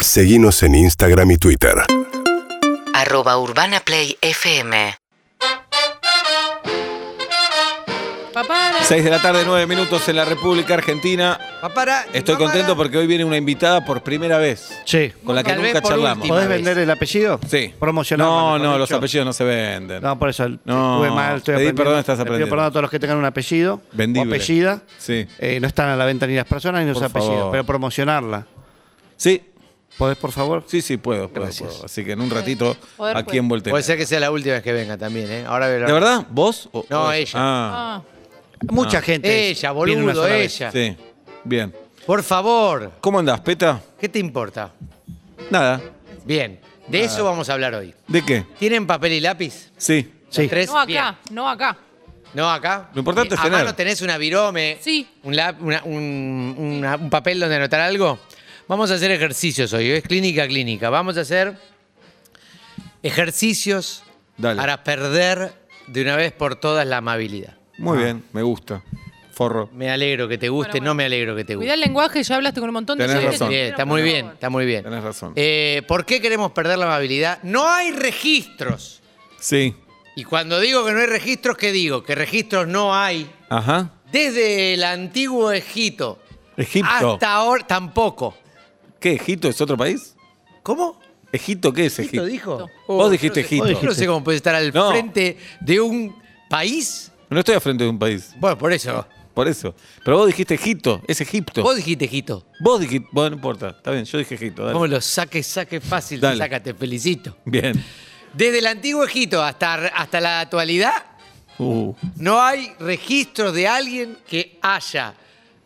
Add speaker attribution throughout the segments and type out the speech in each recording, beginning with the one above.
Speaker 1: Seguimos en Instagram y Twitter.
Speaker 2: Arroba Urbana Play FM.
Speaker 3: Papara.
Speaker 4: 6 de la tarde, 9 minutos en la República Argentina.
Speaker 3: Papara.
Speaker 4: Estoy contento porque hoy viene una invitada por primera vez,
Speaker 5: Sí.
Speaker 4: con la que
Speaker 3: Tal vez
Speaker 4: nunca
Speaker 3: por
Speaker 4: charlamos.
Speaker 3: última.
Speaker 5: ¿Podés vender el apellido?
Speaker 4: Sí.
Speaker 5: Promocionarlo.
Speaker 4: No,
Speaker 5: mejor
Speaker 4: no, los
Speaker 5: dicho.
Speaker 4: apellidos no se venden.
Speaker 5: No, por eso.
Speaker 4: No,
Speaker 5: estuve mal, estoy
Speaker 4: pedí
Speaker 5: aprendiendo.
Speaker 4: perdón, estás
Speaker 5: Le pido
Speaker 4: aprendiendo.
Speaker 5: perdón a todos los que tengan un apellido.
Speaker 4: Vendible.
Speaker 5: O apellida.
Speaker 4: Sí.
Speaker 5: Eh, no están a la venta ni las personas ni los
Speaker 4: Por
Speaker 5: apellidos.
Speaker 4: favor.
Speaker 5: Pero promocionarla.
Speaker 4: Sí,
Speaker 5: ¿Podés, por favor?
Speaker 4: sí, sí, puedo. puedo,
Speaker 5: Gracias.
Speaker 4: puedo. Así que en un ratito,
Speaker 3: Poder
Speaker 4: aquí
Speaker 3: puede.
Speaker 4: en Voltaire.
Speaker 6: Puede ser que sea la última vez que venga también, ¿eh? Ahora verá.
Speaker 4: ¿De verdad? ¿Vos? o-
Speaker 6: No,
Speaker 4: o
Speaker 6: ella.
Speaker 4: Ah,
Speaker 3: Ah,
Speaker 5: Mucha gente.
Speaker 6: Ella,
Speaker 5: viene una
Speaker 6: boludo,
Speaker 5: sola vez.
Speaker 6: ella.
Speaker 4: sí. Bien.
Speaker 6: Por favor,
Speaker 4: ¿Cómo andás, Peta?
Speaker 6: ¿qué te importa?
Speaker 4: Nada.
Speaker 6: Bien,
Speaker 4: Ah.
Speaker 6: de eso vamos a hablar hoy.
Speaker 4: ¿De qué?
Speaker 6: ¿Tienen papel y lápiz?
Speaker 4: Sí.
Speaker 6: ¿Los
Speaker 5: Sí.
Speaker 6: tres?
Speaker 3: no acá,
Speaker 6: Bien.
Speaker 3: no acá.
Speaker 6: ¿No acá?
Speaker 4: Lo importante es
Speaker 6: ¿A
Speaker 4: tener.
Speaker 6: mano tenés una virome?
Speaker 3: Sí.
Speaker 6: Un, lap- una- un- una- un papel donde anotar algo? Vamos a hacer ejercicios hoy, es clínica clínica. Vamos a hacer ejercicios
Speaker 4: Dale.
Speaker 6: para perder de una vez por todas la amabilidad.
Speaker 4: Muy
Speaker 5: Ah.
Speaker 4: bien, me gusta. Forro.
Speaker 6: Me alegro que te guste,
Speaker 3: Bueno, bueno.
Speaker 6: no me alegro que te guste.
Speaker 3: Cuidá el lenguaje, ya hablaste con un montón de
Speaker 4: Tenés
Speaker 3: gente.
Speaker 4: razón.
Speaker 3: te
Speaker 6: Bien,
Speaker 3: dijeron,
Speaker 6: está muy
Speaker 3: por
Speaker 6: bien,
Speaker 3: favor.
Speaker 6: está muy bien.
Speaker 4: Tenés razón.
Speaker 6: Eh, ¿Por qué queremos perder la amabilidad? No hay registros.
Speaker 4: Sí.
Speaker 6: Y cuando digo que no hay registros, ¿qué digo? Que registros no hay.
Speaker 4: Ajá.
Speaker 6: Desde el antiguo Egipto.
Speaker 4: Egipto.
Speaker 6: Hasta ahora tampoco.
Speaker 4: ¿Qué? ¿Egipto es otro país?
Speaker 6: ¿Cómo?
Speaker 4: ¿Egipto qué es
Speaker 6: ¿Egipto
Speaker 4: Egipto?
Speaker 6: dijo?
Speaker 4: Vos
Speaker 6: Oh,
Speaker 4: dijiste
Speaker 6: yo no sé-
Speaker 4: Egipto.
Speaker 6: Yo no sé cómo puede estar al
Speaker 4: No.
Speaker 6: frente de un país.
Speaker 4: No estoy al frente de un país,
Speaker 6: Bueno, por eso.
Speaker 4: por eso. Pero vos dijiste Egipto, es Egipto.
Speaker 6: Vos dijiste Egipto.
Speaker 4: Vos dijiste, bueno, no importa, está bien, yo dije Egipto, dale.
Speaker 6: ¿Cómo lo saques, saques fácil?
Speaker 4: Dale.
Speaker 6: Sácate, felicito.
Speaker 4: Bien.
Speaker 6: Desde el antiguo Egipto hasta, hasta la actualidad,
Speaker 4: Uh,
Speaker 6: No hay registro de alguien que haya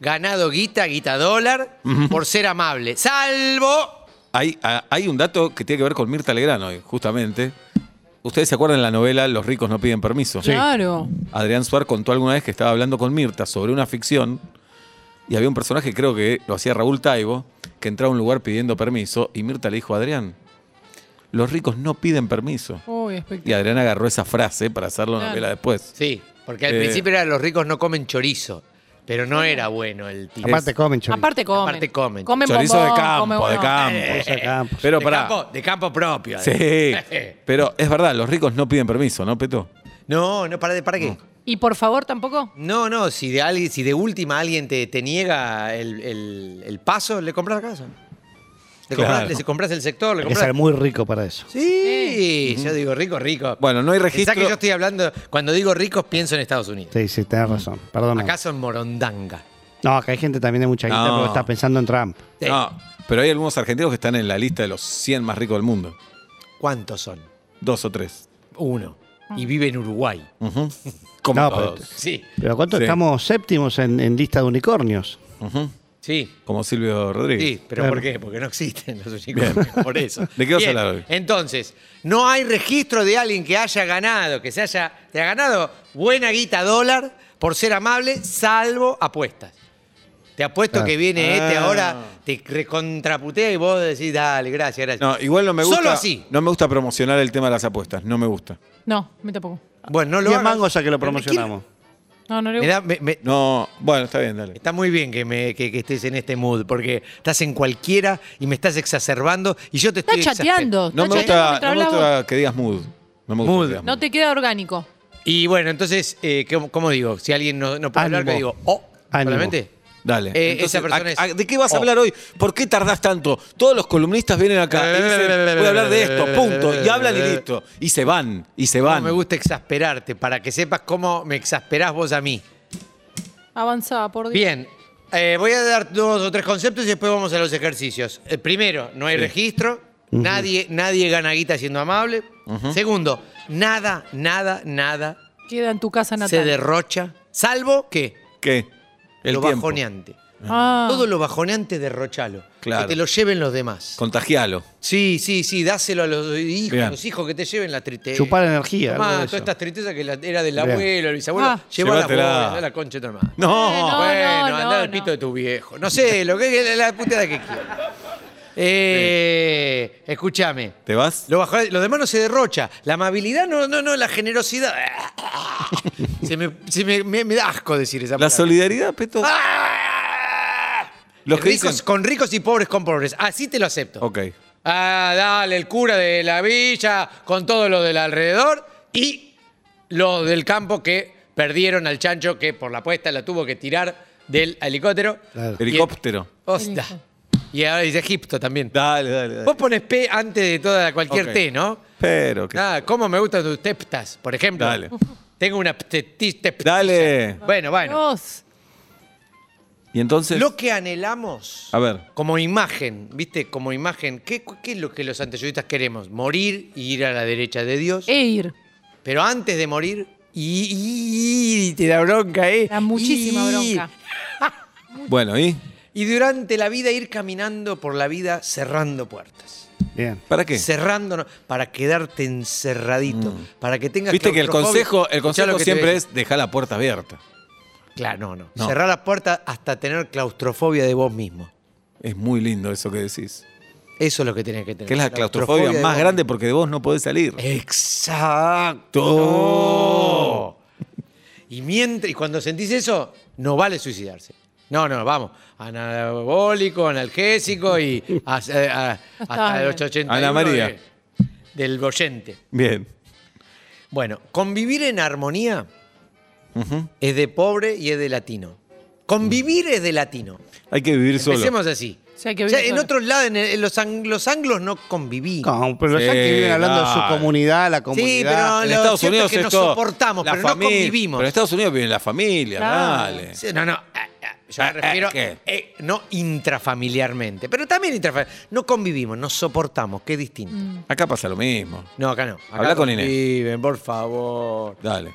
Speaker 6: ganado guita, guita dólar, por ser amable. Salvo.
Speaker 4: Hay, a- hay un dato que tiene que ver con Mirta Legrano, hoy, justamente. Ustedes se acuerdan de la novela Los ricos no piden permiso.
Speaker 3: Claro.
Speaker 4: Adrián Suar contó alguna vez que estaba hablando con Mirta sobre una ficción y había un personaje, creo que lo hacía Raúl Taibo, que entraba a un lugar pidiendo permiso y Mirta le dijo a Adrián, los ricos no piden permiso.
Speaker 3: Uy,
Speaker 4: Y
Speaker 3: espectacular.
Speaker 4: Adrián agarró esa frase para hacerlo
Speaker 3: Claro.
Speaker 4: novela después.
Speaker 6: Sí, porque al
Speaker 4: Eh.
Speaker 6: principio era los ricos no comen chorizo. Pero no era bueno el tipo.
Speaker 5: Aparte, comen, chorizo.
Speaker 3: Aparte comen.
Speaker 6: Aparte comen.
Speaker 4: Chorizo de
Speaker 3: bombón,
Speaker 4: campo,
Speaker 3: comen-
Speaker 4: de
Speaker 3: no.
Speaker 4: campo.
Speaker 5: Esa campo.
Speaker 4: Pero
Speaker 6: de,
Speaker 4: pará.
Speaker 6: campo, de campo propio.
Speaker 4: Sí.
Speaker 6: además.
Speaker 4: Pero es verdad, los ricos no piden permiso, ¿no, Peto?
Speaker 6: No, no, para, ¿para
Speaker 4: Mm.
Speaker 6: qué?
Speaker 3: ¿Y por favor tampoco?
Speaker 6: No, no, si de, alguien, si de última alguien te, te niega el, el- el paso, le compras la casa. Le
Speaker 4: Claro.
Speaker 6: compras, le compras el sector, le
Speaker 5: Hay que
Speaker 6: compras
Speaker 5: ser muy rico para eso.
Speaker 6: Sí, yo digo rico, rico.
Speaker 4: Bueno, no hay
Speaker 6: Pensá
Speaker 4: registro.
Speaker 6: que yo estoy hablando, cuando digo ricos pienso en Estados Unidos.
Speaker 5: Sí, sí, tenés razón. Perdón.
Speaker 6: Acá son morondanga.
Speaker 5: No, acá hay gente también de mucha guita,
Speaker 4: No.
Speaker 5: pero está pensando en Trump.
Speaker 6: Sí.
Speaker 4: No, pero hay algunos argentinos que están en la lista de los 100 más ricos del mundo.
Speaker 6: ¿Cuántos son?
Speaker 4: Dos o tres.
Speaker 6: Uno. Y vive en Uruguay.
Speaker 4: Ujú. Como
Speaker 5: No, pero-
Speaker 4: todos.
Speaker 6: Sí,
Speaker 5: Pero ¿cuánto
Speaker 4: Sí.
Speaker 5: estamos séptimos en, en lista de unicornios?
Speaker 4: Ujú.
Speaker 6: sí.
Speaker 4: Como Silvio Rodríguez.
Speaker 6: Sí, pero ¿por qué? Porque no existen los unicornios, por eso.
Speaker 4: ¿De qué vas a
Speaker 6: Bien,
Speaker 4: hablar hoy?
Speaker 6: Entonces, no hay registro de alguien que haya ganado, que se haya, te ha ganado buena guita dólar por ser amable, salvo apuestas. Te apuesto
Speaker 5: Ah.
Speaker 6: que viene este
Speaker 4: Ah.
Speaker 6: ahora, te recontraputea y vos decís, dale, gracias, gracias.
Speaker 4: No, igual no me gusta.
Speaker 6: Solo así.
Speaker 4: No me gusta promocionar el tema de las apuestas. No me gusta.
Speaker 3: No, a mí tampoco.
Speaker 6: Bueno, no lo
Speaker 5: Diez
Speaker 6: hagas.
Speaker 5: mangos ya que lo promocionamos.
Speaker 3: No, no le
Speaker 6: Me
Speaker 3: gusta.
Speaker 6: da- me- me-
Speaker 4: No, bueno, está bien, dale.
Speaker 6: Está muy bien que, me, que, que estés en este mood, porque estás en cualquiera y me estás exacerbando y yo te
Speaker 3: Está
Speaker 6: estoy exasper-
Speaker 3: chateando.
Speaker 4: No me
Speaker 3: está
Speaker 4: gusta, no
Speaker 3: chateando mientras
Speaker 4: me
Speaker 3: hablas vos.
Speaker 4: gusta que digas mood. No me gusta.
Speaker 6: Mood.
Speaker 4: que digas
Speaker 3: No te queda orgánico.
Speaker 6: Y bueno, entonces, eh, ¿cómo, cómo digo? Si alguien no, no puede hablar,
Speaker 5: Ánimo.
Speaker 6: que digo, oh,
Speaker 5: Ánimo.
Speaker 6: solamente.
Speaker 4: Dale.
Speaker 6: Eh,
Speaker 4: Entonces,
Speaker 6: esa persona
Speaker 4: ¿a-
Speaker 6: es-
Speaker 4: a- ¿De qué vas a
Speaker 6: Oh.
Speaker 4: hablar hoy? ¿Por qué tardás tanto? Todos los columnistas vienen acá y dicen, voy a hablar de esto, punto. Y hablan y listo. Y se van, y se
Speaker 6: No
Speaker 4: van.
Speaker 6: me gusta exasperarte, para que sepas cómo me exasperás vos a mí.
Speaker 3: Avanzaba, por Dios.
Speaker 6: Bien, eh, voy a dar dos o tres conceptos y después vamos a los ejercicios. El primero, no hay registro. Nadie, nadie gana guita siendo amable. Segundo, nada, nada, nada
Speaker 3: Queda en tu casa natal.
Speaker 6: se derrocha, salvo que
Speaker 4: ¿Qué?
Speaker 6: lo
Speaker 4: tiempo.
Speaker 6: bajoneante.
Speaker 3: Ah.
Speaker 6: Todo lo bajoneante derrochalo.
Speaker 4: Claro.
Speaker 6: Que te lo lleven los demás.
Speaker 4: Contagialo.
Speaker 6: Sí, sí, sí, dáselo a los hijos,
Speaker 4: Bien.
Speaker 6: los hijos que te lleven la tristeza.
Speaker 5: Chupar energía, algo de
Speaker 6: Tomá,
Speaker 5: eso.
Speaker 6: todas estas tristezas que la- era del
Speaker 5: Bien.
Speaker 6: abuelo, el bisabuelo.
Speaker 3: Ah.
Speaker 6: Llevá la
Speaker 4: Llévatela.
Speaker 6: bola, la concha de tu hermana.
Speaker 3: Eh,
Speaker 4: No.
Speaker 3: no.
Speaker 6: bueno, andar al
Speaker 3: no.
Speaker 6: pito de tu viejo. No sé, lo que es la puteada que quiera. Eh, Escúchame.
Speaker 4: ¿Te vas?
Speaker 6: Lo, bajo- lo demás no se derrocha. La amabilidad, no, no, no, la generosidad. se me, se me- me- me da asco decir esa
Speaker 4: La
Speaker 6: palabra.
Speaker 4: solidaridad, Peto.
Speaker 6: ¡Ah!
Speaker 4: Los que
Speaker 6: ricos
Speaker 4: dicen-
Speaker 6: con ricos y pobres con pobres. Así te lo acepto.
Speaker 4: Ok.
Speaker 6: Ah, dale, el cura de la villa, con todo lo del alrededor y los del campo que perdieron al chancho que por la apuesta la tuvo que tirar del helicóptero.
Speaker 5: Claro.
Speaker 4: Helicóptero.
Speaker 6: Hostia. Y ahora dice Egipto también.
Speaker 4: Dale, dale, dale.
Speaker 6: Vos pones P antes de toda cualquier
Speaker 4: Ok.
Speaker 6: T, ¿no?
Speaker 4: Pero que.
Speaker 6: Ah, ¿cómo me gustan tus teptas, por ejemplo?
Speaker 4: Dale.
Speaker 6: Tengo una ptetis- teptiza.
Speaker 4: Dale.
Speaker 6: Bueno, bueno.
Speaker 3: Dios.
Speaker 4: Y entonces.
Speaker 6: Lo que anhelamos
Speaker 4: A ver.
Speaker 6: como imagen, ¿viste? Como imagen, ¿qué, qué es lo que los antiyudistas queremos? Morir y ir a la derecha de Dios.
Speaker 3: Eir.
Speaker 6: Pero antes de morir, y, y- y- te da bronca, ¿eh?
Speaker 3: Da muchísima
Speaker 6: Y-
Speaker 3: bronca.
Speaker 4: Bueno, ¿y?
Speaker 6: Y durante la vida ir caminando por la vida cerrando puertas.
Speaker 5: Bien.
Speaker 4: ¿Para qué? Mm.
Speaker 6: Cerrando, no, para quedarte encerradito, para que tengas
Speaker 4: Viste que el
Speaker 6: claustrofobia.
Speaker 4: consejo, el
Speaker 6: Escuchá lo
Speaker 4: consejo
Speaker 6: que te
Speaker 4: siempre
Speaker 6: voy a
Speaker 4: es dejar la puerta abierta.
Speaker 6: Claro, no, no,
Speaker 4: No.
Speaker 6: Cerrar la puerta hasta tener claustrofobia de vos mismo.
Speaker 4: Es muy lindo eso que decís.
Speaker 6: Eso es lo que tenés que tener.
Speaker 4: Que es la claustrofobia
Speaker 6: de
Speaker 4: más
Speaker 6: vos Eh.
Speaker 4: grande porque de vos no podés salir.
Speaker 6: mismo. Exacto. Y mientras, y cuando sentís eso, no vale suicidarse. No, no, vamos. Anabólico, analgésico y a- a- a- hasta el
Speaker 3: bien.
Speaker 6: 880.
Speaker 4: Ana María.
Speaker 6: del oyente.
Speaker 4: Bien.
Speaker 6: Bueno, convivir en armonía es de pobre y es de latino. Convivir es de latino.
Speaker 4: Hay que vivir solo.
Speaker 6: Empecemos así.
Speaker 3: O sea, que
Speaker 6: O sea,
Speaker 3: vive
Speaker 6: en
Speaker 3: solo.
Speaker 6: otros lados, en, el- en los, ang- los anglos no conviví.
Speaker 5: No, pero los
Speaker 4: Sí,
Speaker 5: yanquis viven hablando de su
Speaker 4: dale.
Speaker 5: comunidad, la
Speaker 6: Sí, pero
Speaker 5: comunidad.
Speaker 6: lo
Speaker 4: En Estados
Speaker 6: cierto
Speaker 4: Unidos
Speaker 6: es que
Speaker 4: es
Speaker 6: nos
Speaker 4: todo-
Speaker 6: soportamos,
Speaker 4: la
Speaker 6: pero no
Speaker 4: familia-
Speaker 6: convivimos.
Speaker 4: Pero en Estados Unidos viven la familia,
Speaker 3: Claro.
Speaker 4: dale.
Speaker 6: Sí, no, no. ah, ah, Yo me
Speaker 4: Ah, ah,
Speaker 6: refiero
Speaker 4: ¿qué?
Speaker 6: eh, no intrafamiliarmente, pero también intrafamiliarmente. No convivimos, nos soportamos, que es distinto.
Speaker 4: Acá pasa lo mismo.
Speaker 6: No, acá no. Acá
Speaker 4: Habla con Inés.
Speaker 6: conviven, por favor.
Speaker 4: Dale,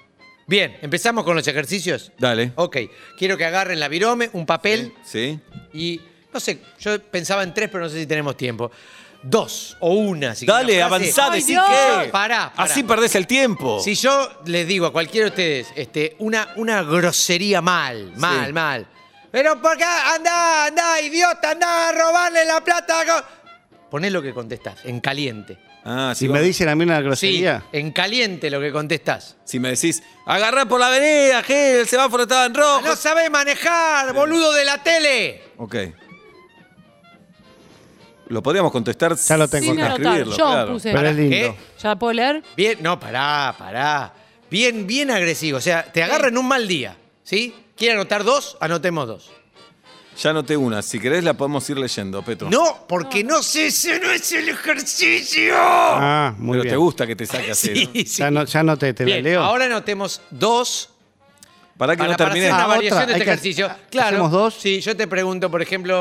Speaker 6: Bien, empezamos con los ejercicios.
Speaker 4: dale.
Speaker 6: Ok, quiero que agarren la virome, un papel
Speaker 4: ¿Sí?
Speaker 6: y no sé, yo pensaba en tres, pero no sé si tenemos tiempo. Dos o una. Si
Speaker 4: Dale,
Speaker 6: quieren, una frase.
Speaker 4: avanzá,
Speaker 3: ¡Ay,
Speaker 4: decí
Speaker 3: Dios!
Speaker 4: qué.
Speaker 6: Pará, pará.
Speaker 4: Así perdés el tiempo.
Speaker 6: Si yo les digo a cualquiera de ustedes este, una, una grosería mal, mal,
Speaker 4: Sí.
Speaker 6: mal. Pero porque anda, anda, idiota, anda a robarle la plata. co-". Poné lo que contestás, en caliente.
Speaker 4: Ah,
Speaker 5: Si
Speaker 4: sí,
Speaker 5: me
Speaker 4: vamos.
Speaker 5: dicen a mí una
Speaker 6: Sí,
Speaker 5: grosería.
Speaker 6: en caliente lo que contestás.
Speaker 4: Si me decís, agarrá por la avenida, Gil, el semáforo estaba en rojo.
Speaker 6: No sabés manejar, boludo de la tele.
Speaker 4: Ok. Lo podríamos contestar
Speaker 5: Ya lo tengo
Speaker 4: sin
Speaker 5: acá.
Speaker 4: escribirlo,
Speaker 3: Yo
Speaker 4: claro.
Speaker 3: puse.
Speaker 5: Pero es lindo.
Speaker 6: ¿Qué?
Speaker 3: ¿Ya puedo leer?
Speaker 6: Bien, no, pará, pará. Bien, bien agresivo. O sea, te agarra en un mal día, ¿sí? ¿Quiere anotar dos? Anotemos dos.
Speaker 4: Ya anoté una. Si querés la podemos ir leyendo, Petro.
Speaker 6: No, porque no sé, ese no es el ejercicio.
Speaker 5: Ah, muy
Speaker 4: Pero
Speaker 5: bien.
Speaker 4: te gusta que te saque así,
Speaker 6: sí,
Speaker 4: ¿no?
Speaker 6: sí.
Speaker 5: Ya, no, ya noté, te
Speaker 6: Bien,
Speaker 5: la leo.
Speaker 6: Ahora anotemos dos.
Speaker 4: Para que
Speaker 6: Para,
Speaker 4: no
Speaker 6: para
Speaker 4: termine.
Speaker 6: hacer una
Speaker 5: Ah, otra.
Speaker 6: variación de
Speaker 5: Hay
Speaker 6: este
Speaker 5: que-
Speaker 6: ejercicio.
Speaker 5: ha-
Speaker 6: Claro.
Speaker 5: hacemos dos.
Speaker 6: Sí, yo te pregunto, por ejemplo,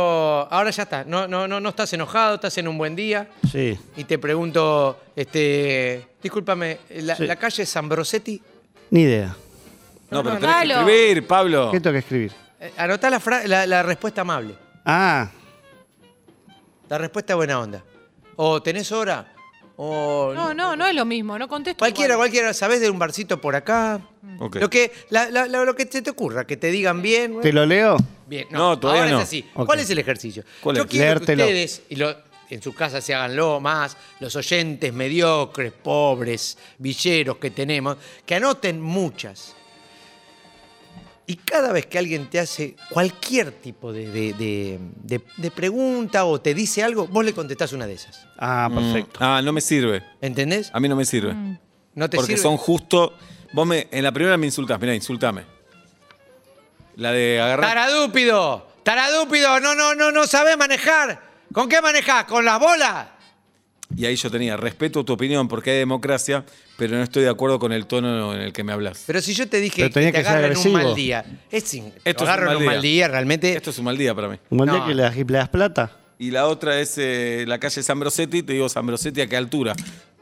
Speaker 6: ahora ya está. No, no, no, no estás enojado, estás en un buen día.
Speaker 5: Sí.
Speaker 6: Y te pregunto, este. Discúlpame, ¿la,
Speaker 5: Sí.
Speaker 6: la calle San Brosetti?
Speaker 5: Ni idea.
Speaker 4: No, pero tenés
Speaker 3: no,
Speaker 4: que
Speaker 3: Pablo.
Speaker 4: escribir, Pablo.
Speaker 5: ¿Qué tengo que escribir?
Speaker 6: Eh, anotá la, fra- la- la respuesta amable.
Speaker 5: Ah,
Speaker 6: La respuesta buena onda. O tenés hora. O.
Speaker 3: No, no, no es lo mismo. No contesto.
Speaker 6: Cualquiera,
Speaker 3: igual.
Speaker 6: cualquiera, ¿sabés de un barcito por acá?
Speaker 4: Ok.
Speaker 6: Lo que la- la- la- lo que se te ocurra, que te digan bien.
Speaker 5: ¿te lo leo?
Speaker 6: Bien, no,
Speaker 4: No, todavía
Speaker 6: ahora
Speaker 4: no.
Speaker 6: es así.
Speaker 5: Ok.
Speaker 6: ¿Cuál es el ejercicio?
Speaker 4: ¿Cuál
Speaker 6: Yo
Speaker 4: es?
Speaker 6: quiero
Speaker 5: Leértelo.
Speaker 6: que ustedes, y lo- en su casa se háganlo más, los oyentes mediocres, pobres, villeros que tenemos, que anoten muchas. Y cada vez que alguien te hace cualquier tipo de, de- de- de- de pregunta o te dice algo, vos le contestás una de esas.
Speaker 5: Ah, perfecto.
Speaker 4: Ah, no me sirve.
Speaker 6: ¿Entendés?
Speaker 4: A mí no me sirve.
Speaker 6: No te
Speaker 4: Porque
Speaker 6: sirve.
Speaker 4: son justo. Vos me, en la primera me insultás, mirá, insultame. La de agarrar.
Speaker 6: Taradúpido, taradúpido, no, no, no, no sabés manejar. ¿Con qué manejás? ¿Con las bolas?
Speaker 4: Y ahí yo tenía, respeto tu opinión porque hay democracia, pero no estoy de acuerdo con el tono en el que me hablas.
Speaker 6: Pero si yo te dije
Speaker 5: Pero
Speaker 6: que
Speaker 5: tenía
Speaker 6: te
Speaker 5: que ser
Speaker 6: agarran en un
Speaker 5: agresivo.
Speaker 6: mal día, es sin, te
Speaker 4: Esto es
Speaker 6: agarran
Speaker 4: un
Speaker 6: en un
Speaker 4: mal
Speaker 6: mal
Speaker 4: día.
Speaker 6: día, realmente.
Speaker 4: Esto es un mal día para mí.
Speaker 5: Un buen día
Speaker 6: No.
Speaker 5: que le das, le das plata.
Speaker 4: Y la otra es eh, la calle San Brosetti, te digo San Brosetti a qué altura,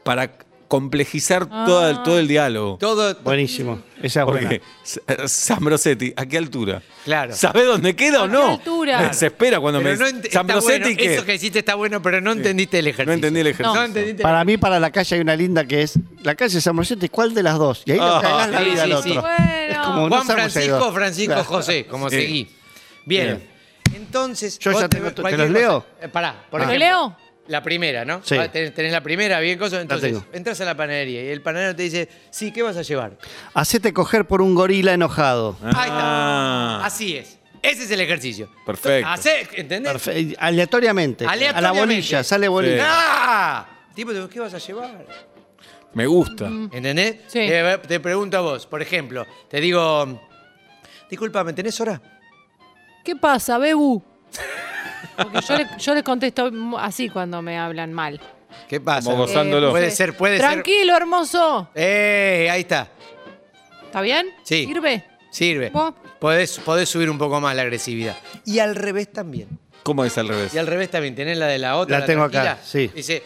Speaker 4: para complejizar toda el- todo el diálogo.
Speaker 6: todo.
Speaker 5: Buenísimo. Esa es buena.
Speaker 4: Porque Sa- San Brosetti, ¿a qué altura?
Speaker 6: Claro.
Speaker 4: ¿Sabés dónde queda
Speaker 3: ¿A
Speaker 4: o
Speaker 3: qué
Speaker 4: no?
Speaker 3: altura?
Speaker 4: Me desespera cuando
Speaker 6: pero
Speaker 4: me
Speaker 6: no
Speaker 4: dicen,
Speaker 6: ent- está
Speaker 4: San
Speaker 6: bueno,
Speaker 4: Brosetti, ¿qué?
Speaker 6: Eso que hiciste está bueno, pero no entendiste el ejercicio.
Speaker 4: No entendí el ejercicio.
Speaker 6: No entendiste
Speaker 5: Para mí, para la calle hay una linda que es la calle San Vicente, ¿cuál de las dos? Y ahí
Speaker 4: Ah,
Speaker 5: lo cagás la
Speaker 6: sí,
Speaker 5: vida
Speaker 6: sí,
Speaker 5: al otro.
Speaker 6: sí.
Speaker 3: Bueno.
Speaker 5: Es como, no
Speaker 6: Juan
Speaker 5: sabemos si hay
Speaker 6: Francisco,
Speaker 5: dos.
Speaker 6: Francisco
Speaker 5: Claro.
Speaker 6: José, como
Speaker 4: Sí.
Speaker 6: seguí. Bien.
Speaker 4: Bien.
Speaker 6: Entonces.
Speaker 5: Yo
Speaker 6: vos
Speaker 5: ya tengo- ¿te
Speaker 6: cualquier
Speaker 5: los leo?
Speaker 6: cosa- eh, pará, por
Speaker 5: Ah.
Speaker 3: ¿Lo
Speaker 6: ejemplo,
Speaker 3: leo?
Speaker 6: La primera, ¿no?
Speaker 5: Sí.
Speaker 6: Ah, Tenés, tenés la primera, bien cosa. Entonces,
Speaker 5: tengo.
Speaker 6: entras a la panadería y el panadero te dice, sí, ¿qué vas a llevar? Ah.
Speaker 5: Hacete coger por un gorila enojado.
Speaker 6: Ahí está.
Speaker 4: Ah.
Speaker 6: Así es. Ese es el ejercicio.
Speaker 4: Perfecto.
Speaker 6: Hacé, ¿entendés?
Speaker 5: Perfe- Aleatoriamente. A la
Speaker 6: Aleatoriamente.
Speaker 5: bolilla, sale bolilla.
Speaker 6: ¡Ah! Tipo, ¿qué vas a llevar?
Speaker 4: Me gusta.
Speaker 6: Mm. ¿Entendés?
Speaker 3: Sí.
Speaker 6: Eh, te pregunto a vos, por ejemplo, te digo, discúlpame, ¿tenés hora?
Speaker 3: ¿Qué pasa, Bebu? Porque yo, le- yo les contesto mu- así cuando me hablan mal. Eh, pues,
Speaker 6: ¿Qué pasa?
Speaker 4: Como gozándolo.
Speaker 6: Puede ser, puede ser.
Speaker 3: Tranquilo, hermoso.
Speaker 6: ¡Eh! Ahí está.
Speaker 3: ¿Está bien?
Speaker 6: Sí.
Speaker 3: ¿Sirve?
Speaker 6: Sirve.
Speaker 3: ¿Vos?
Speaker 6: Podés, podés subir un poco más la agresividad. Y al revés también.
Speaker 4: ¿Cómo es al revés?
Speaker 6: Y al revés también, tenés la de la otra.
Speaker 5: La tengo acá,
Speaker 6: tranquila.
Speaker 5: sí.
Speaker 6: Dice,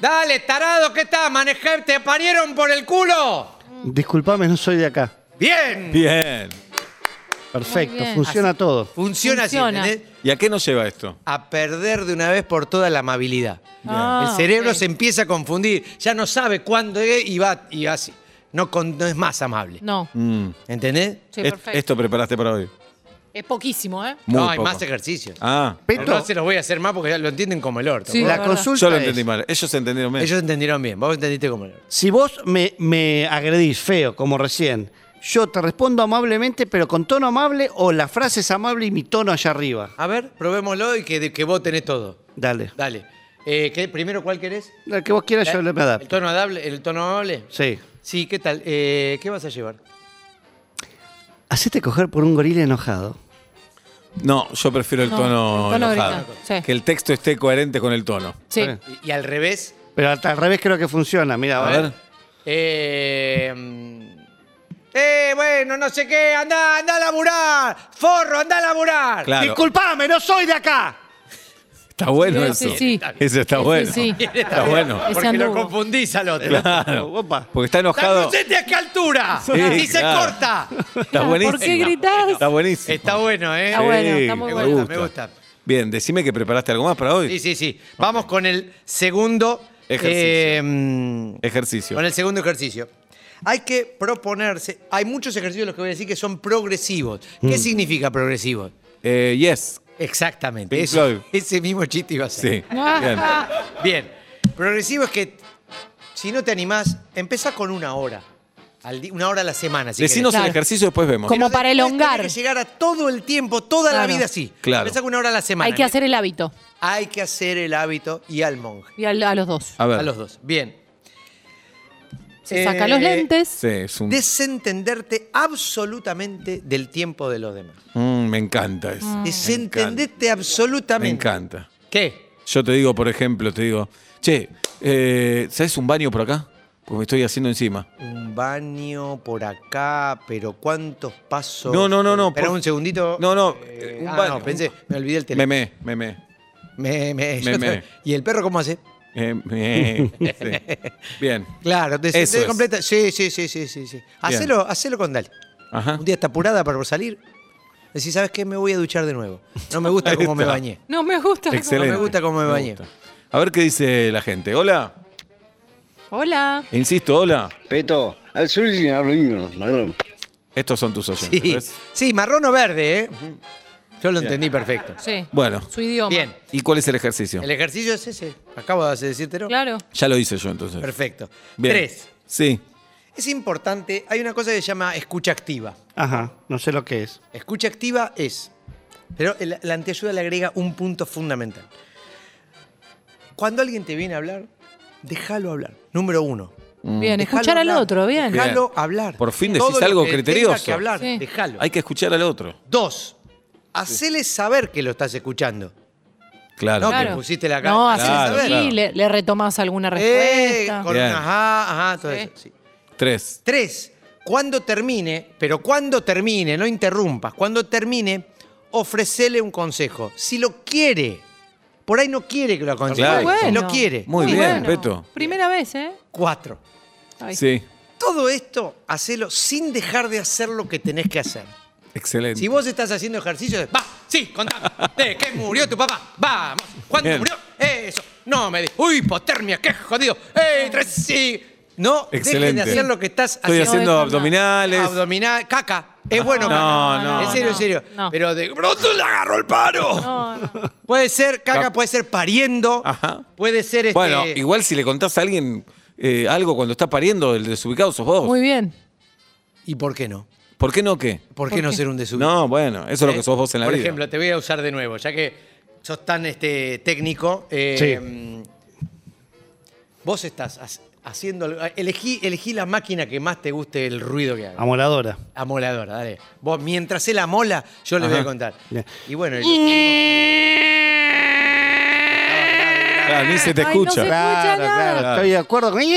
Speaker 6: dale, tarado, ¿qué tal? Manejá, te parieron por el culo.
Speaker 5: Disculpame, no soy de acá.
Speaker 6: Bien.
Speaker 4: Bien.
Speaker 3: Muy
Speaker 5: Perfecto,
Speaker 3: bien.
Speaker 5: funciona todo.
Speaker 6: Funciona,
Speaker 3: Funciona.
Speaker 6: así, ¿entendés?
Speaker 4: ¿Y a qué nos lleva esto?
Speaker 6: A perder de una vez por toda la amabilidad.
Speaker 3: Ah,
Speaker 6: el cerebro
Speaker 3: ok.
Speaker 6: se empieza a confundir, ya no sabe cuándo es y va, y va así. No, con- no es más amable.
Speaker 3: No.
Speaker 4: Mm.
Speaker 6: ¿Entendés?
Speaker 3: Sí,
Speaker 4: Es-
Speaker 3: perfecto.
Speaker 4: esto preparaste para hoy.
Speaker 3: Es poquísimo, ¿eh?
Speaker 4: Muy
Speaker 6: no, hay
Speaker 4: poco.
Speaker 6: más ejercicios.
Speaker 4: Ah.
Speaker 5: Peto,
Speaker 6: No se los voy a hacer más porque ya lo entienden como el orto.
Speaker 3: Sí,
Speaker 6: Vos-
Speaker 3: la
Speaker 5: la
Speaker 3: verdad.
Speaker 5: consulta
Speaker 4: Yo lo
Speaker 5: es,
Speaker 4: entendí mal. Ellos entendieron bien.
Speaker 6: Ellos entendieron bien, vos entendiste como el orto.
Speaker 5: si vos me, me agredís feo, como recién, yo te respondo amablemente, pero con tono amable o la frase es amable y mi tono allá arriba.
Speaker 6: A ver, probémoslo y que, que vos tenés todo.
Speaker 5: Dale.
Speaker 6: Dale. Eh, ¿qué- primero, ¿cuál querés?
Speaker 5: La que vos quieras, yo le me
Speaker 6: ¿El
Speaker 5: adapto.
Speaker 6: tono adable? ¿El tono amable?
Speaker 5: Sí.
Speaker 6: Sí, ¿qué tal? Eh, ¿Qué vas a llevar?
Speaker 5: Hacete coger por un gorila enojado.
Speaker 4: No, yo prefiero el
Speaker 3: No,
Speaker 4: tono,
Speaker 3: el tono
Speaker 4: enojado.
Speaker 3: original, sí.
Speaker 4: Que el texto esté coherente con el tono.
Speaker 3: Sí.
Speaker 5: Está
Speaker 6: Y, y al revés.
Speaker 5: Pero hasta al revés creo que funciona, mira.
Speaker 4: A
Speaker 5: ahora.
Speaker 4: ver.
Speaker 6: Eh, mm, eh, bueno, no sé qué, anda, anda a laburar. Forro, anda a laburar.
Speaker 4: Claro.
Speaker 5: Disculpame, no soy de acá.
Speaker 4: Está bueno
Speaker 3: Sí,
Speaker 4: eso.
Speaker 3: sí, sí.
Speaker 4: Eso está
Speaker 3: Sí,
Speaker 4: bueno.
Speaker 3: sí.
Speaker 4: Está bueno.
Speaker 6: Porque
Speaker 3: Ese
Speaker 6: lo
Speaker 3: anduvo.
Speaker 6: confundís al otro.
Speaker 4: Claro.
Speaker 5: Opa.
Speaker 4: Porque está
Speaker 6: ¡La
Speaker 4: enojado.
Speaker 6: crucete a qué altura!
Speaker 4: Sí,
Speaker 6: ¡Si se
Speaker 4: claro.
Speaker 6: corta!
Speaker 4: Está buenísimo.
Speaker 3: ¿Por qué gritás?
Speaker 4: Está buenísimo.
Speaker 6: Está bueno, ¿eh?
Speaker 3: Está bueno, está muy
Speaker 4: me
Speaker 3: bueno.
Speaker 4: gusta.
Speaker 6: Me gusta.
Speaker 4: Bien, decime que preparaste algo más para hoy.
Speaker 6: Sí, sí, sí. Vamos con el segundo
Speaker 4: Ejercicio.
Speaker 6: eh, mm,
Speaker 4: Ejercicio.
Speaker 6: Con el segundo ejercicio. Hay que proponerse. Hay muchos ejercicios los que voy a decir que son progresivos.
Speaker 4: Mm.
Speaker 6: ¿Qué significa progresivos?
Speaker 4: Eh, yes.
Speaker 6: Exactamente.
Speaker 4: Pink
Speaker 6: eso-
Speaker 4: Floyd.
Speaker 6: ese mismo chiste iba a ser.
Speaker 4: Sí.
Speaker 3: Ah.
Speaker 4: Bien.
Speaker 6: Bien. Progresivo es que si no te animás, empezá con una hora. al di- una hora a la semana. Si
Speaker 4: Decinos
Speaker 3: Claro.
Speaker 4: el ejercicio, después vemos.
Speaker 3: Como
Speaker 6: querés.
Speaker 3: para
Speaker 6: Después
Speaker 3: elongar.
Speaker 6: tenés que llegar a todo el tiempo, toda la
Speaker 3: Claro.
Speaker 6: vida así.
Speaker 4: Claro.
Speaker 6: Empezá con una hora a la semana.
Speaker 3: Hay que hacer el hábito.
Speaker 6: Hay que hacer el hábito y al monje.
Speaker 3: Y al- a, los dos.
Speaker 4: A ver.
Speaker 6: A los dos. Bien.
Speaker 3: Se
Speaker 6: Eh,
Speaker 3: saca los lentes.
Speaker 4: Sí, es un.
Speaker 6: Desentenderte absolutamente del tiempo de los demás.
Speaker 4: Mm, me encanta eso.
Speaker 3: Ah.
Speaker 6: Desentenderte
Speaker 4: Me
Speaker 6: absolutamente.
Speaker 4: encanta.
Speaker 6: ¿Qué?
Speaker 4: Yo te digo, por ejemplo, te digo, che, eh, ¿sabes un baño por acá? Porque me estoy haciendo encima.
Speaker 6: Un baño por acá, pero ¿cuántos pasos?
Speaker 4: No, no, no, no,
Speaker 6: Espera
Speaker 4: por-
Speaker 6: un segundito.
Speaker 4: No, no,
Speaker 6: Eh,
Speaker 4: un
Speaker 6: ah,
Speaker 4: baño.
Speaker 6: no, pensé, me olvidé el teléfono.
Speaker 4: Meme, meme.
Speaker 6: Me, me-
Speaker 4: Me-
Speaker 6: yo
Speaker 4: me.
Speaker 6: te- ¿Y el perro cómo hace?
Speaker 4: Eh, me. Sí. Bien.
Speaker 6: Claro, te,
Speaker 4: Eso
Speaker 6: te
Speaker 4: es.
Speaker 6: completa. Sí, sí, sí, sí, sí, sí. Hacelo, hacelo con Dali.
Speaker 4: Ajá.
Speaker 6: Un día está apurada para salir. Decís, ¿sabes qué? Me voy a duchar de nuevo. No me gusta
Speaker 4: Ahí
Speaker 6: cómo me
Speaker 4: está.
Speaker 6: bañé.
Speaker 3: No me gusta.
Speaker 4: Excelente.
Speaker 6: me gusta cómo me bañé.
Speaker 4: gusta. A ver qué dice la gente. Hola.
Speaker 3: Hola.
Speaker 4: Insisto, hola.
Speaker 7: Peto, al sur y al río.
Speaker 4: Estos son tus oyentes.
Speaker 6: Sí,
Speaker 4: ¿ves?
Speaker 6: sí marrón o verde, ¿eh? Yo lo entendí perfecto.
Speaker 3: Sí.
Speaker 4: Bueno.
Speaker 3: Su idioma.
Speaker 6: Bien,
Speaker 4: ¿Y cuál es el ejercicio?
Speaker 6: el ejercicio es ese. Acabo de decírtelo.
Speaker 3: Claro.
Speaker 4: Ya lo hice yo entonces.
Speaker 6: Perfecto.
Speaker 4: Bien.
Speaker 6: Tres.
Speaker 4: Sí.
Speaker 6: Es importante, hay una cosa que se llama escucha activa.
Speaker 5: Ajá, no sé lo que es.
Speaker 6: Escucha activa es. Pero el- la anteayuda le agrega un punto fundamental. Cuando alguien te viene a hablar, déjalo hablar. Número uno.
Speaker 4: Mm.
Speaker 3: Bien.
Speaker 6: Dejalo
Speaker 3: Escuchar al
Speaker 6: hablar.
Speaker 3: otro. Bien.
Speaker 4: Bien.
Speaker 6: Déjalo hablar.
Speaker 4: Por fin
Speaker 6: Todo
Speaker 4: decís
Speaker 6: lo
Speaker 4: algo
Speaker 6: que tenga
Speaker 4: criterioso.
Speaker 6: que hablar,
Speaker 3: Sí.
Speaker 6: déjalo.
Speaker 4: Hay que escuchar al otro.
Speaker 6: Dos, hacele saber que lo estás escuchando.
Speaker 4: Claro.
Speaker 6: No,
Speaker 4: bien.
Speaker 6: que pusiste la cara.
Speaker 3: No,
Speaker 6: Hacele
Speaker 3: hacer
Speaker 4: Claro,
Speaker 3: así,
Speaker 6: saber.
Speaker 4: claro.
Speaker 3: le, le retomás alguna
Speaker 6: Eh,
Speaker 3: respuesta.
Speaker 6: con
Speaker 4: Bien.
Speaker 6: un ajá, ajá, todo
Speaker 3: Sí.
Speaker 6: eso. sí.
Speaker 4: Tres.
Speaker 6: Tres, cuando termine, pero cuando termine, no interrumpas, cuando termine, ofrecele un consejo. Si lo quiere, por ahí no quiere que lo aconseje.
Speaker 4: Claro.
Speaker 6: Si
Speaker 4: Bueno.
Speaker 6: lo quiere.
Speaker 4: Muy bien, Beto.
Speaker 3: Primera vez, ¿eh?
Speaker 6: Cuatro,
Speaker 3: Ay.
Speaker 4: Sí.
Speaker 6: todo esto, hacelo sin dejar de hacer lo que tenés que hacer.
Speaker 4: Excelente.
Speaker 6: Si vos estás haciendo ejercicio, va, sí, contame, ¿de qué murió tu papá? Vamos, ¿cuándo
Speaker 4: Bien.
Speaker 6: murió? Eso, no me di, uy, hipotermia, qué jodido, ¡eh, tres, sí! No, dejes de
Speaker 4: Excelente.
Speaker 6: hacer lo que estás
Speaker 4: Estoy
Speaker 6: haciendo.
Speaker 4: haciendo
Speaker 3: No,
Speaker 4: abdominales.
Speaker 6: Abdominal, caca. Es bueno.
Speaker 4: No,
Speaker 6: caca.
Speaker 4: no,
Speaker 6: En serio,
Speaker 3: no,
Speaker 6: en serio.
Speaker 3: no.
Speaker 6: Pero de pronto le agarró el paro.
Speaker 3: No, no.
Speaker 6: Puede ser caca,
Speaker 4: Cap-
Speaker 6: puede ser pariendo.
Speaker 4: Ajá.
Speaker 6: Puede ser este.
Speaker 4: Bueno, igual si le contás a alguien eh, algo cuando está pariendo, el desubicado sos vos.
Speaker 3: Muy bien.
Speaker 6: ¿Y por qué no?
Speaker 4: ¿Por qué no qué?
Speaker 6: ¿Por qué no ser un desubido?
Speaker 4: No, bueno, eso es lo
Speaker 6: ¿Eh?
Speaker 4: que sos vos en la
Speaker 6: Por
Speaker 4: vida.
Speaker 6: ejemplo, te voy a usar de nuevo, ya que sos tan este, técnico. eh, Vos estás ha- haciendo. algo- Elegí, elegí la máquina que más te guste el ruido que haga.
Speaker 5: Amoladora.
Speaker 6: Amoladora, dale. Vos, mientras él amola, yo le voy a
Speaker 4: Ajá.
Speaker 6: contar.
Speaker 5: Bien.
Speaker 6: Y bueno, el-
Speaker 4: Claro, Ah, ni se te
Speaker 3: Ay, no
Speaker 4: escucha.
Speaker 3: se escucha nada.
Speaker 4: Claro.
Speaker 5: Estoy de acuerdo con.
Speaker 6: pero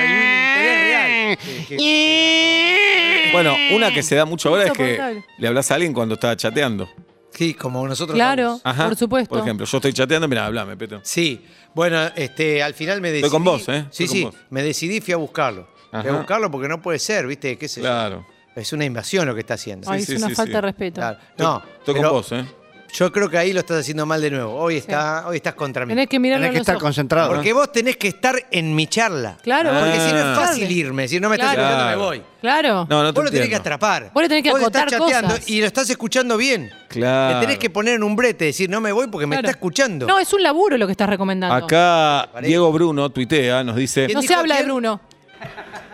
Speaker 6: hay un interés real. que- que-
Speaker 4: Bueno, una que se da mucho ahora es que
Speaker 3: Insoportable.
Speaker 4: le hablas a alguien cuando está chateando.
Speaker 6: sí, como nosotros.
Speaker 3: Claro.
Speaker 6: somos.
Speaker 4: Ajá.
Speaker 3: Por supuesto.
Speaker 4: Por ejemplo, yo estoy chateando, mira, hablame, Peto.
Speaker 6: Sí, bueno, este, al final me decidí.
Speaker 4: Estoy con vos, ¿eh?
Speaker 6: Sí,
Speaker 4: Estoy con
Speaker 6: sí,
Speaker 4: vos.
Speaker 6: me decidí, fui a buscarlo. Fui a
Speaker 4: Ajá.
Speaker 6: buscarlo porque no puede ser, ¿viste? ¿Qué sé yo.
Speaker 4: Claro.
Speaker 6: Es una invasión lo que está haciendo.
Speaker 3: Ay,
Speaker 4: sí,
Speaker 3: es una
Speaker 4: sí,
Speaker 3: falta
Speaker 4: sí.
Speaker 3: de respeto.
Speaker 6: Claro. No,
Speaker 4: Estoy
Speaker 6: pero
Speaker 4: con vos, ¿eh?
Speaker 6: Yo creo que ahí lo estás haciendo mal de nuevo. Hoy, está, hoy estás contra mí.
Speaker 3: Tenés que mirarlo
Speaker 5: Tenés que
Speaker 3: a los
Speaker 5: estar
Speaker 3: ojos.
Speaker 5: concentrado.
Speaker 6: Porque vos tenés que estar en mi charla.
Speaker 3: Claro,
Speaker 4: Ah.
Speaker 6: Porque si no
Speaker 4: Ah.
Speaker 6: es fácil irme. Si no me estás
Speaker 3: Claro.
Speaker 6: escuchando, me
Speaker 4: Claro.
Speaker 6: voy.
Speaker 3: Claro.
Speaker 4: No, no te
Speaker 6: vos lo tenés que
Speaker 4: entiendo.
Speaker 6: atrapar.
Speaker 3: Vos le tenés que
Speaker 6: vos estás
Speaker 3: acotar
Speaker 6: chateando
Speaker 3: cosas.
Speaker 6: y lo estás escuchando bien.
Speaker 4: Claro.
Speaker 6: Le tenés que poner en un brete, decir, no me voy porque me
Speaker 3: Claro.
Speaker 6: está escuchando.
Speaker 3: No, es un laburo lo que estás recomendando.
Speaker 4: Acá Diego Bruno tuitea, nos dice
Speaker 3: no se
Speaker 6: dijo
Speaker 3: habla de
Speaker 6: quién?
Speaker 3: Bruno.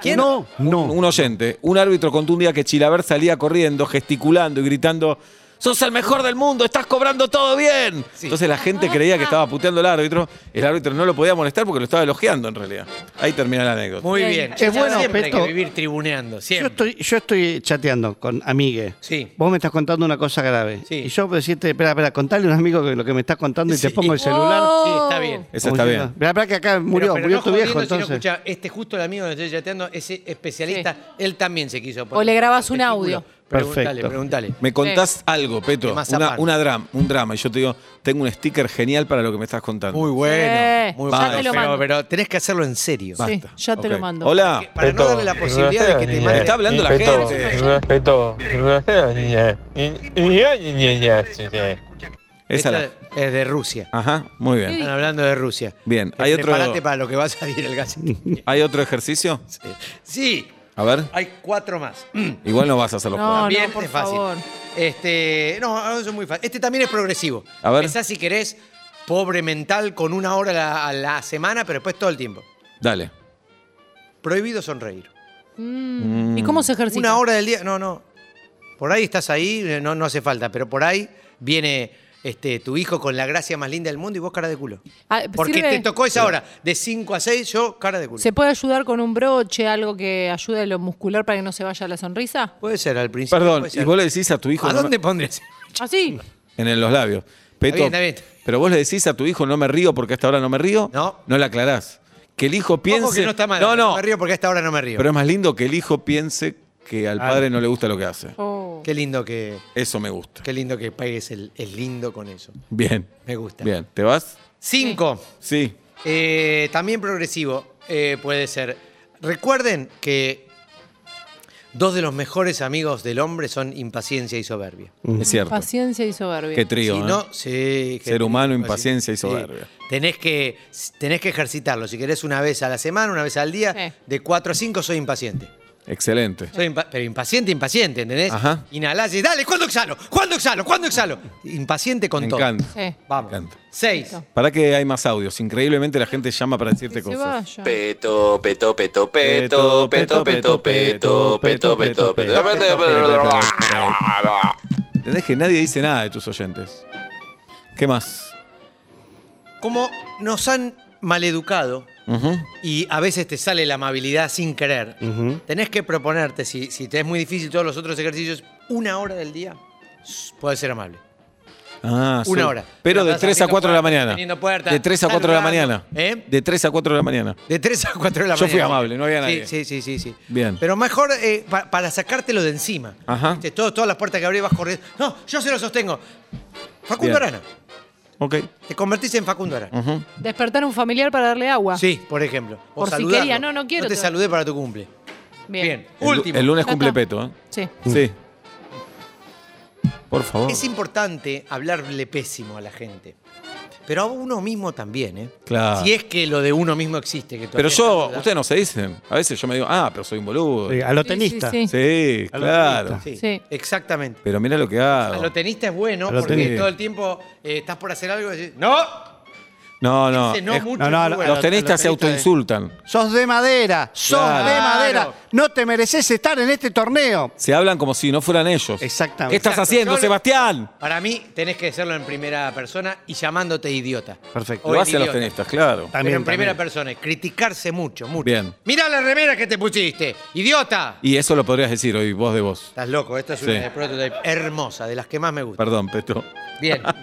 Speaker 6: ¿Quién?
Speaker 5: No, no.
Speaker 4: un oyente, un árbitro contó un día que Chilaver salía corriendo, gesticulando y gritando, sos el mejor del mundo, estás cobrando todo bien. Entonces la gente creía que estaba puteando al árbitro, el árbitro no lo podía molestar porque lo estaba elogiando en realidad. Ahí termina la anécdota.
Speaker 6: Muy
Speaker 3: Bien.
Speaker 6: bien.
Speaker 5: Es
Speaker 6: Ya
Speaker 5: bueno,
Speaker 6: siempre hay que
Speaker 5: Peto.
Speaker 6: vivir tribuneando.
Speaker 5: Yo
Speaker 6: Siempre.
Speaker 5: estoy, yo estoy chateando con amigue.
Speaker 6: Sí.
Speaker 5: Vos me estás contando una cosa grave.
Speaker 6: Sí.
Speaker 5: Y yo puedo decirte, espera, espera, contale a un amigo que lo que me estás contando y te
Speaker 6: Sí.
Speaker 5: pongo el celular.
Speaker 3: Oh.
Speaker 6: Sí, está bien.
Speaker 4: Esa está bien.
Speaker 5: Espera, espera, que acá murió,
Speaker 6: Pero- pero
Speaker 5: murió
Speaker 6: no
Speaker 5: tu viejo,
Speaker 6: jodiendo, sino,
Speaker 5: entonces.
Speaker 6: escuchá, este justo el amigo que estoy chateando, ese especialista, él también se quiso poner.
Speaker 3: O le grabás un
Speaker 6: testículo.
Speaker 3: audio.
Speaker 6: Preguntale,
Speaker 5: Perfecto.
Speaker 6: preguntale.
Speaker 4: Me contás algo, Peto,
Speaker 6: De mazapán.
Speaker 4: una, una dram- un drama, y yo te digo, tengo un sticker genial para lo que me estás contando.
Speaker 6: Muy bueno.
Speaker 3: Sí,
Speaker 6: Muy
Speaker 3: ya
Speaker 6: bueno.
Speaker 4: te
Speaker 6: Pero,
Speaker 4: lo
Speaker 3: mando.
Speaker 6: pero tenés que hacerlo en serio.
Speaker 3: Sí, ya te
Speaker 4: Ok.
Speaker 3: lo mando.
Speaker 4: Hola.
Speaker 6: Para no darle la posibilidad de que te mande.
Speaker 4: Está hablando la gente.
Speaker 8: Respeto, respeto.
Speaker 4: Esa la-
Speaker 6: Esta es de Rusia.
Speaker 4: Ajá, muy bien.
Speaker 6: Están hablando de Rusia.
Speaker 4: Bien,
Speaker 6: Eh,
Speaker 4: hay otro-
Speaker 6: Preparate para lo que va a salir el gas.
Speaker 4: ¿Hay otro ejercicio?
Speaker 6: sí,
Speaker 4: A ver,
Speaker 6: hay cuatro más. Mm.
Speaker 4: igual no vas a hacerlo.
Speaker 3: No,
Speaker 6: Bien,
Speaker 3: no, por
Speaker 6: es fácil.
Speaker 3: favor.
Speaker 6: Este, no, eso es muy fácil. Este también es progresivo.
Speaker 4: A ver.
Speaker 6: Pensá si querés pobre mental con una hora a la, a la semana, pero después todo el tiempo.
Speaker 4: Dale.
Speaker 6: Prohibido sonreír.
Speaker 3: Mm. ¿Y cómo se ejercita?
Speaker 6: Una hora del día, no, no. Por ahí estás ahí, eh, no, no hace falta, pero por ahí viene este, tu hijo con la gracia más linda del mundo y vos cara de culo.
Speaker 3: Ah,
Speaker 6: Porque
Speaker 3: ¿sirve?
Speaker 6: te tocó esa hora, de 5 a 6, yo cara de culo.
Speaker 3: ¿Se puede ayudar con un broche, algo que ayude a lo muscular para que no se vaya la sonrisa?
Speaker 6: Puede ser al principio.
Speaker 4: Perdón,
Speaker 6: puede ser.
Speaker 4: y vos le decís a tu hijo.
Speaker 6: ¿A
Speaker 4: no me-
Speaker 6: dónde pondrías?
Speaker 3: ¿Así?
Speaker 4: En el- los labios. Peto,
Speaker 6: bien, está bien.
Speaker 4: Pero vos le decís a tu hijo, no me río porque hasta ahora no me río.
Speaker 6: No.
Speaker 4: No le aclarás. Que el hijo piense.
Speaker 6: Ojo que no está mal.
Speaker 4: No, no.
Speaker 6: me río porque a esta hora no me río.
Speaker 4: Pero es más lindo que el hijo piense que
Speaker 6: Ah.
Speaker 4: al padre no le gusta lo que hace.
Speaker 3: Oh.
Speaker 6: Qué lindo que,
Speaker 4: Eso me gusta.
Speaker 6: qué lindo que pagues el, el lindo con eso.
Speaker 4: Bien.
Speaker 6: Me gusta.
Speaker 4: Bien. ¿Te vas?
Speaker 6: Cinco.
Speaker 4: Sí.
Speaker 6: Eh, también progresivo eh, puede ser. Recuerden que dos de los mejores amigos del hombre son impaciencia y soberbia.
Speaker 4: Es cierto.
Speaker 3: Paciencia y soberbia.
Speaker 4: Qué trío.
Speaker 6: Si
Speaker 4: ¿eh?
Speaker 6: no, sí,
Speaker 4: Ser
Speaker 6: que-
Speaker 4: humano,
Speaker 6: sí.
Speaker 4: impaciencia y soberbia.
Speaker 6: Tenés, que, tenés que ejercitarlo. Si querés una vez a la semana, una vez al día,
Speaker 3: Sí.
Speaker 6: de 4 a 5 soy impaciente.
Speaker 4: Excelente.
Speaker 6: Soy impa- pero impaciente, impaciente, ¿entendés?
Speaker 4: Ajá.
Speaker 6: Inhalás y dale, ¿cuándo exhalo? ¿Cuándo exhalo? ¿Cuándo exhalo? Impaciente con
Speaker 4: Me
Speaker 6: todo.
Speaker 4: encanta.
Speaker 3: Sí.
Speaker 6: Vamos.
Speaker 4: Me encanta.
Speaker 6: Seis.
Speaker 4: ¿Para que hay más audios? Increíblemente la gente llama para decirte
Speaker 3: Que se
Speaker 4: cosas.
Speaker 3: vaya.
Speaker 8: Peto, peto, peto, peto, peto, peto, peto, peto, peto, peto.
Speaker 4: ¿Entendés que nadie dice nada de tus oyentes? ¿Qué más?
Speaker 6: Como nos han maleducado
Speaker 4: Ujú.
Speaker 6: y a veces te sale la amabilidad sin querer, tenés que proponerte, si, si te es muy difícil todos los otros ejercicios, una hora del día, s- puedes ser amable.
Speaker 4: Ah,
Speaker 6: Una
Speaker 4: sí.
Speaker 6: hora.
Speaker 4: Pero
Speaker 6: Una
Speaker 4: de
Speaker 6: plaza
Speaker 4: 3 a
Speaker 6: abriendo
Speaker 4: 4 de la
Speaker 6: puertas,
Speaker 4: mañana.
Speaker 6: teniendo puertas,
Speaker 4: De 3 a 4 de la
Speaker 6: saludando,
Speaker 4: mañana.
Speaker 6: ¿eh?
Speaker 4: De 3 a 4 de la mañana.
Speaker 6: De 3 a 4 de la
Speaker 4: Yo
Speaker 6: mañana.
Speaker 4: fui amable, no había
Speaker 6: Sí,
Speaker 4: nadie.
Speaker 6: Sí, sí, sí, sí.
Speaker 4: Bien.
Speaker 6: Pero mejor eh, pa- para sacártelo de encima.
Speaker 4: Ajá.
Speaker 6: Viste, todo- todas las puertas que abrís vas corriendo. No, yo se lo sostengo. Facundo
Speaker 4: Bien.
Speaker 6: Arana.
Speaker 4: Ok.
Speaker 6: Te convertís en Facundo Arana.
Speaker 4: Ujú.
Speaker 3: Despertar a un familiar para darle agua.
Speaker 6: Sí, por ejemplo. O
Speaker 3: Por si
Speaker 6: saludarlo.
Speaker 3: quería, no, no quiero
Speaker 6: No te
Speaker 3: todo.
Speaker 6: saludé para tu cumple.
Speaker 3: Bien.
Speaker 6: Bien.
Speaker 4: El, lu-
Speaker 6: Último.
Speaker 4: el lunes
Speaker 3: Ya
Speaker 4: cumple
Speaker 3: está.
Speaker 4: Peto, ¿eh?
Speaker 3: Sí.
Speaker 4: Sí. Por favor.
Speaker 6: Es importante hablarle pésimo a la gente. Pero a uno mismo también, ¿eh?
Speaker 4: Claro.
Speaker 6: Si es que lo de uno mismo existe. Que
Speaker 4: Pero
Speaker 6: todavía
Speaker 4: yo,
Speaker 6: está-
Speaker 4: ustedes no se dicen. A veces yo me digo, ah, pero soy un boludo.
Speaker 5: Sí, A los tenistas.
Speaker 3: Sí, sí, sí.
Speaker 4: Sí,
Speaker 5: A los
Speaker 4: claro.
Speaker 5: tenistas.
Speaker 6: Sí,
Speaker 3: Sí.
Speaker 6: exactamente.
Speaker 4: Pero mira lo que
Speaker 6: A
Speaker 4: hago.
Speaker 6: lo tenista es bueno
Speaker 5: A lo
Speaker 6: porque
Speaker 5: tenista.
Speaker 6: todo el tiempo eh, estás por hacer algo y decís, ¡No!
Speaker 4: No, no.
Speaker 6: Ese no
Speaker 4: es-
Speaker 6: mucho
Speaker 5: no, no,
Speaker 6: estuvo en
Speaker 4: los
Speaker 6: la-
Speaker 4: tenistas se
Speaker 6: en los tenistas de-
Speaker 4: autoinsultan.
Speaker 5: Sos de madera, sos
Speaker 4: Claro.
Speaker 5: de madera. No te mereces estar en este torneo.
Speaker 4: Se hablan como si no fueran ellos.
Speaker 5: Exactamente.
Speaker 4: ¿Qué estás
Speaker 6: Exacto.
Speaker 4: haciendo,
Speaker 6: Yo lo-
Speaker 4: Sebastián?
Speaker 6: Para mí, tenés que hacerlo en primera persona y llamándote idiota.
Speaker 5: Perfecto.
Speaker 6: O
Speaker 4: Lo
Speaker 6: el
Speaker 4: hacen los
Speaker 6: idiota.
Speaker 4: tenistas, claro.
Speaker 6: Pero
Speaker 5: También,
Speaker 6: en primera
Speaker 5: también.
Speaker 6: persona, es criticarse mucho, mucho.
Speaker 4: Bien.
Speaker 6: Mirá la remera que te pusiste, idiota.
Speaker 4: Y eso lo podrías decir hoy, vos de vos.
Speaker 6: Estás loco, esta es
Speaker 4: Sí.
Speaker 6: una de prototype hermosa, de las que más me gusta.
Speaker 4: Perdón, Peto.
Speaker 6: Bien.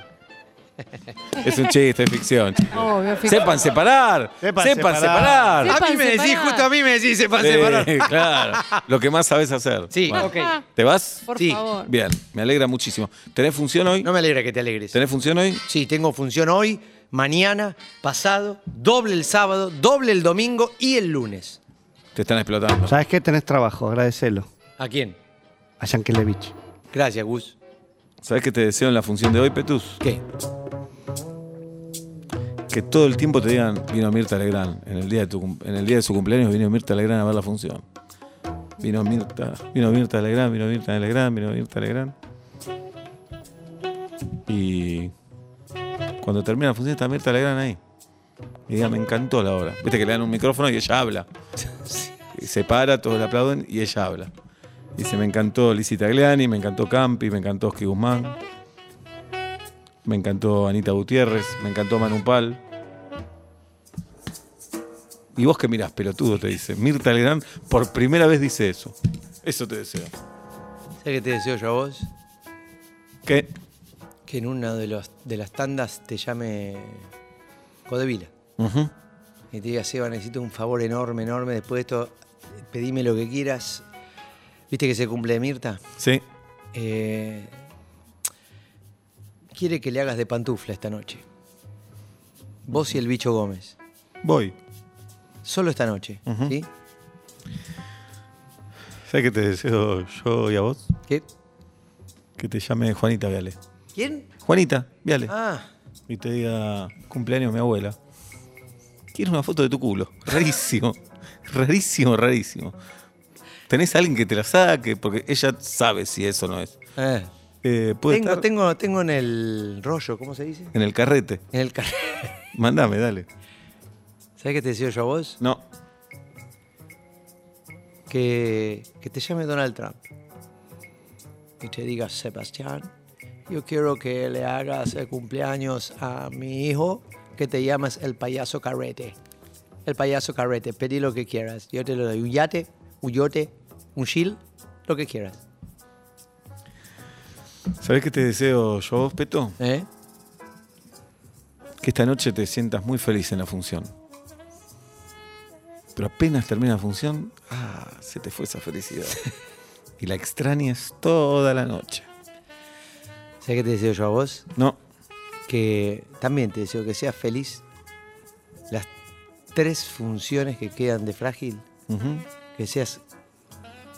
Speaker 4: Es un chiste, es ficción. chicos.
Speaker 3: Obvio, fíjate.
Speaker 4: Sepan separar.
Speaker 5: Sepan
Speaker 4: Sepan,
Speaker 5: separar.
Speaker 4: separar.
Speaker 6: a mí
Speaker 3: Sepan
Speaker 6: me decís,
Speaker 3: separar.
Speaker 6: justo a mí me decís, sepan
Speaker 4: Sí,
Speaker 6: separar.
Speaker 4: claro. Lo que más sabes hacer.
Speaker 6: Sí,
Speaker 4: Bueno.
Speaker 6: ok.
Speaker 3: Ah,
Speaker 4: ¿Te vas?
Speaker 3: Por
Speaker 6: Sí.
Speaker 3: favor.
Speaker 4: Bien, me alegra muchísimo. ¿Tenés función hoy?
Speaker 6: No me alegra que te alegres.
Speaker 4: ¿Tenés función hoy?
Speaker 6: Sí, tengo función hoy, mañana, pasado, doble el sábado, doble el domingo y el lunes.
Speaker 4: Te están explotando.
Speaker 5: ¿Sabes qué? Tenés trabajo, agradecelo.
Speaker 6: ¿A quién?
Speaker 5: A Yankelevich.
Speaker 6: Gracias, Gus.
Speaker 4: ¿Sabés qué te deseo en la función de hoy, Petus?
Speaker 6: ¿Qué?
Speaker 4: Que todo el tiempo te digan, vino Mirta Legrand. En el día de, tu, cum- en el día de su cumpleaños vino Mirta Legrand a ver la función. Vino Mirta, vino Mirta Legrand, vino Mirta Legrand, vino Mirta Legrand. Y cuando termina la función está Mirta Legrand ahí. Y diga, me encantó la obra. Viste que le dan un micrófono y ella habla. Y se para, todos le aplauden y ella habla. Dice, me encantó Lizzie Tagliani, me encantó Campi, me encantó Oski Guzmán. Me encantó Anita Gutiérrez, me encantó Manupal. Y vos que mirás, pelotudo, te dice. Mirta Legrand por primera vez dice eso. Eso te deseo.
Speaker 6: ¿Sabes qué te deseo yo a vos?
Speaker 4: ¿Qué?
Speaker 6: Que en una de, los, de las tandas te llame Codevila.
Speaker 4: Ujú.
Speaker 6: Y te diga, Seba, necesito un favor enorme, enorme. Después de esto, pedime lo que quieras. ¿Viste que se cumple de Mirta?
Speaker 4: Sí.
Speaker 6: Eh, quiere que le hagas de pantufla esta noche. Vos y el bicho Gómez.
Speaker 4: Voy.
Speaker 6: Solo esta noche. ¿Sí?
Speaker 4: ¿Sabes qué te deseo yo y a vos?
Speaker 6: ¿Qué?
Speaker 4: Que te llame Juanita Viale.
Speaker 6: ¿Quién?
Speaker 4: Juanita Viale.
Speaker 6: Ah,
Speaker 4: Y te diga, cumpleaños mi abuela. Quiero una foto de tu culo. Rarísimo. rarísimo, rarísimo. ¿Tenés a alguien que te la saque? Porque ella sabe si eso no es.
Speaker 6: eh.
Speaker 4: Eh, puede
Speaker 6: Tengo,
Speaker 4: estar
Speaker 6: tengo, tengo en el rollo, ¿cómo se dice?
Speaker 4: en el carrete.
Speaker 6: En el carro.
Speaker 4: Mandame, dale.
Speaker 6: ¿Sabés qué te deseo yo a vos?
Speaker 4: No.
Speaker 6: que, que te llame Donald Trump y te diga, Sebastián, yo quiero que le hagas el cumpleaños a mi hijo que te llamas el payaso carrete. El payaso carrete, pedí lo que quieras. Yo te lo doy. Un yate, un yote, un shield, lo que quieras.
Speaker 4: ¿Sabés qué te deseo yo a vos, Peto?
Speaker 6: ¿Eh?
Speaker 4: Que esta noche te sientas muy feliz en la función. Pero apenas termina la función, ah, se te fue esa felicidad. y la extrañes toda la noche.
Speaker 6: ¿Sabes qué te deseo yo a vos?
Speaker 4: No.
Speaker 6: Que también te deseo que seas feliz las tres funciones que quedan de frágil
Speaker 4: Ujú.
Speaker 6: que seas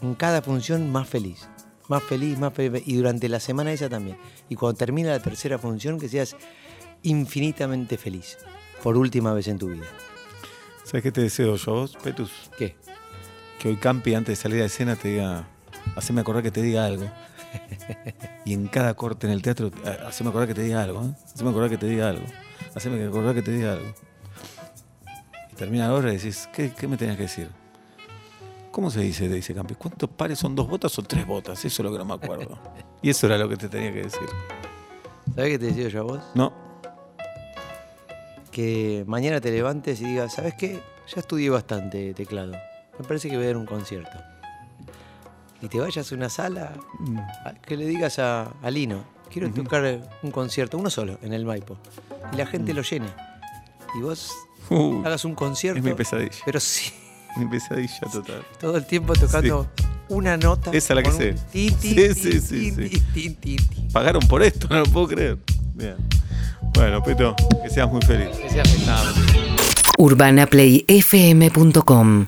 Speaker 6: en cada función más feliz. Más feliz, más feliz. Y durante la semana esa también. Y cuando termina la tercera función, que seas infinitamente feliz. Por última vez en tu vida.
Speaker 4: ¿Sabés qué te deseo yo a vos, Petus?
Speaker 6: ¿Qué?
Speaker 4: Que hoy Campi, antes de salir a escena, te diga. Haceme acordar que te diga algo. Y en cada corte en el teatro, ha- haceme acordar que te diga algo. ¿eh? Haceme acordar que te diga algo. Haceme acordar que te diga algo. Y termina la obra y decís, ¿qué, qué me tenías que decir? ¿Cómo se dice? Te dice Campi. ¿Cuántos pares son dos botas o tres botas? Eso es lo que no me acuerdo. Y eso era lo que te tenía que decir.
Speaker 6: ¿Sabes qué te deseo yo a vos?
Speaker 4: No,
Speaker 6: Que mañana te levantes y digas, ¿sabes qué? Ya estudié bastante teclado. Me parece que voy a dar un concierto. Y te vayas a una sala a- que le digas a, a Lino, quiero tocar un concierto, uno solo, en el Maipo. Y la gente lo llene. Y vos
Speaker 4: Uh,
Speaker 6: hagas un concierto.
Speaker 4: es mi pesadilla.
Speaker 6: Pero sí,
Speaker 4: mi pesadilla total.
Speaker 6: todo el tiempo tocando una nota.
Speaker 4: Esa es la que
Speaker 6: con
Speaker 4: sé.
Speaker 6: un ti, ti,
Speaker 4: Sí,
Speaker 6: ti,
Speaker 4: sí, sí,
Speaker 6: ti,
Speaker 4: sí.
Speaker 6: ti, ti, ti.
Speaker 4: Pagaron por esto, no lo puedo creer. Bien. Bueno, Peto, que seas muy feliz.
Speaker 6: Que sea feliz.
Speaker 2: urbanaplayfm.com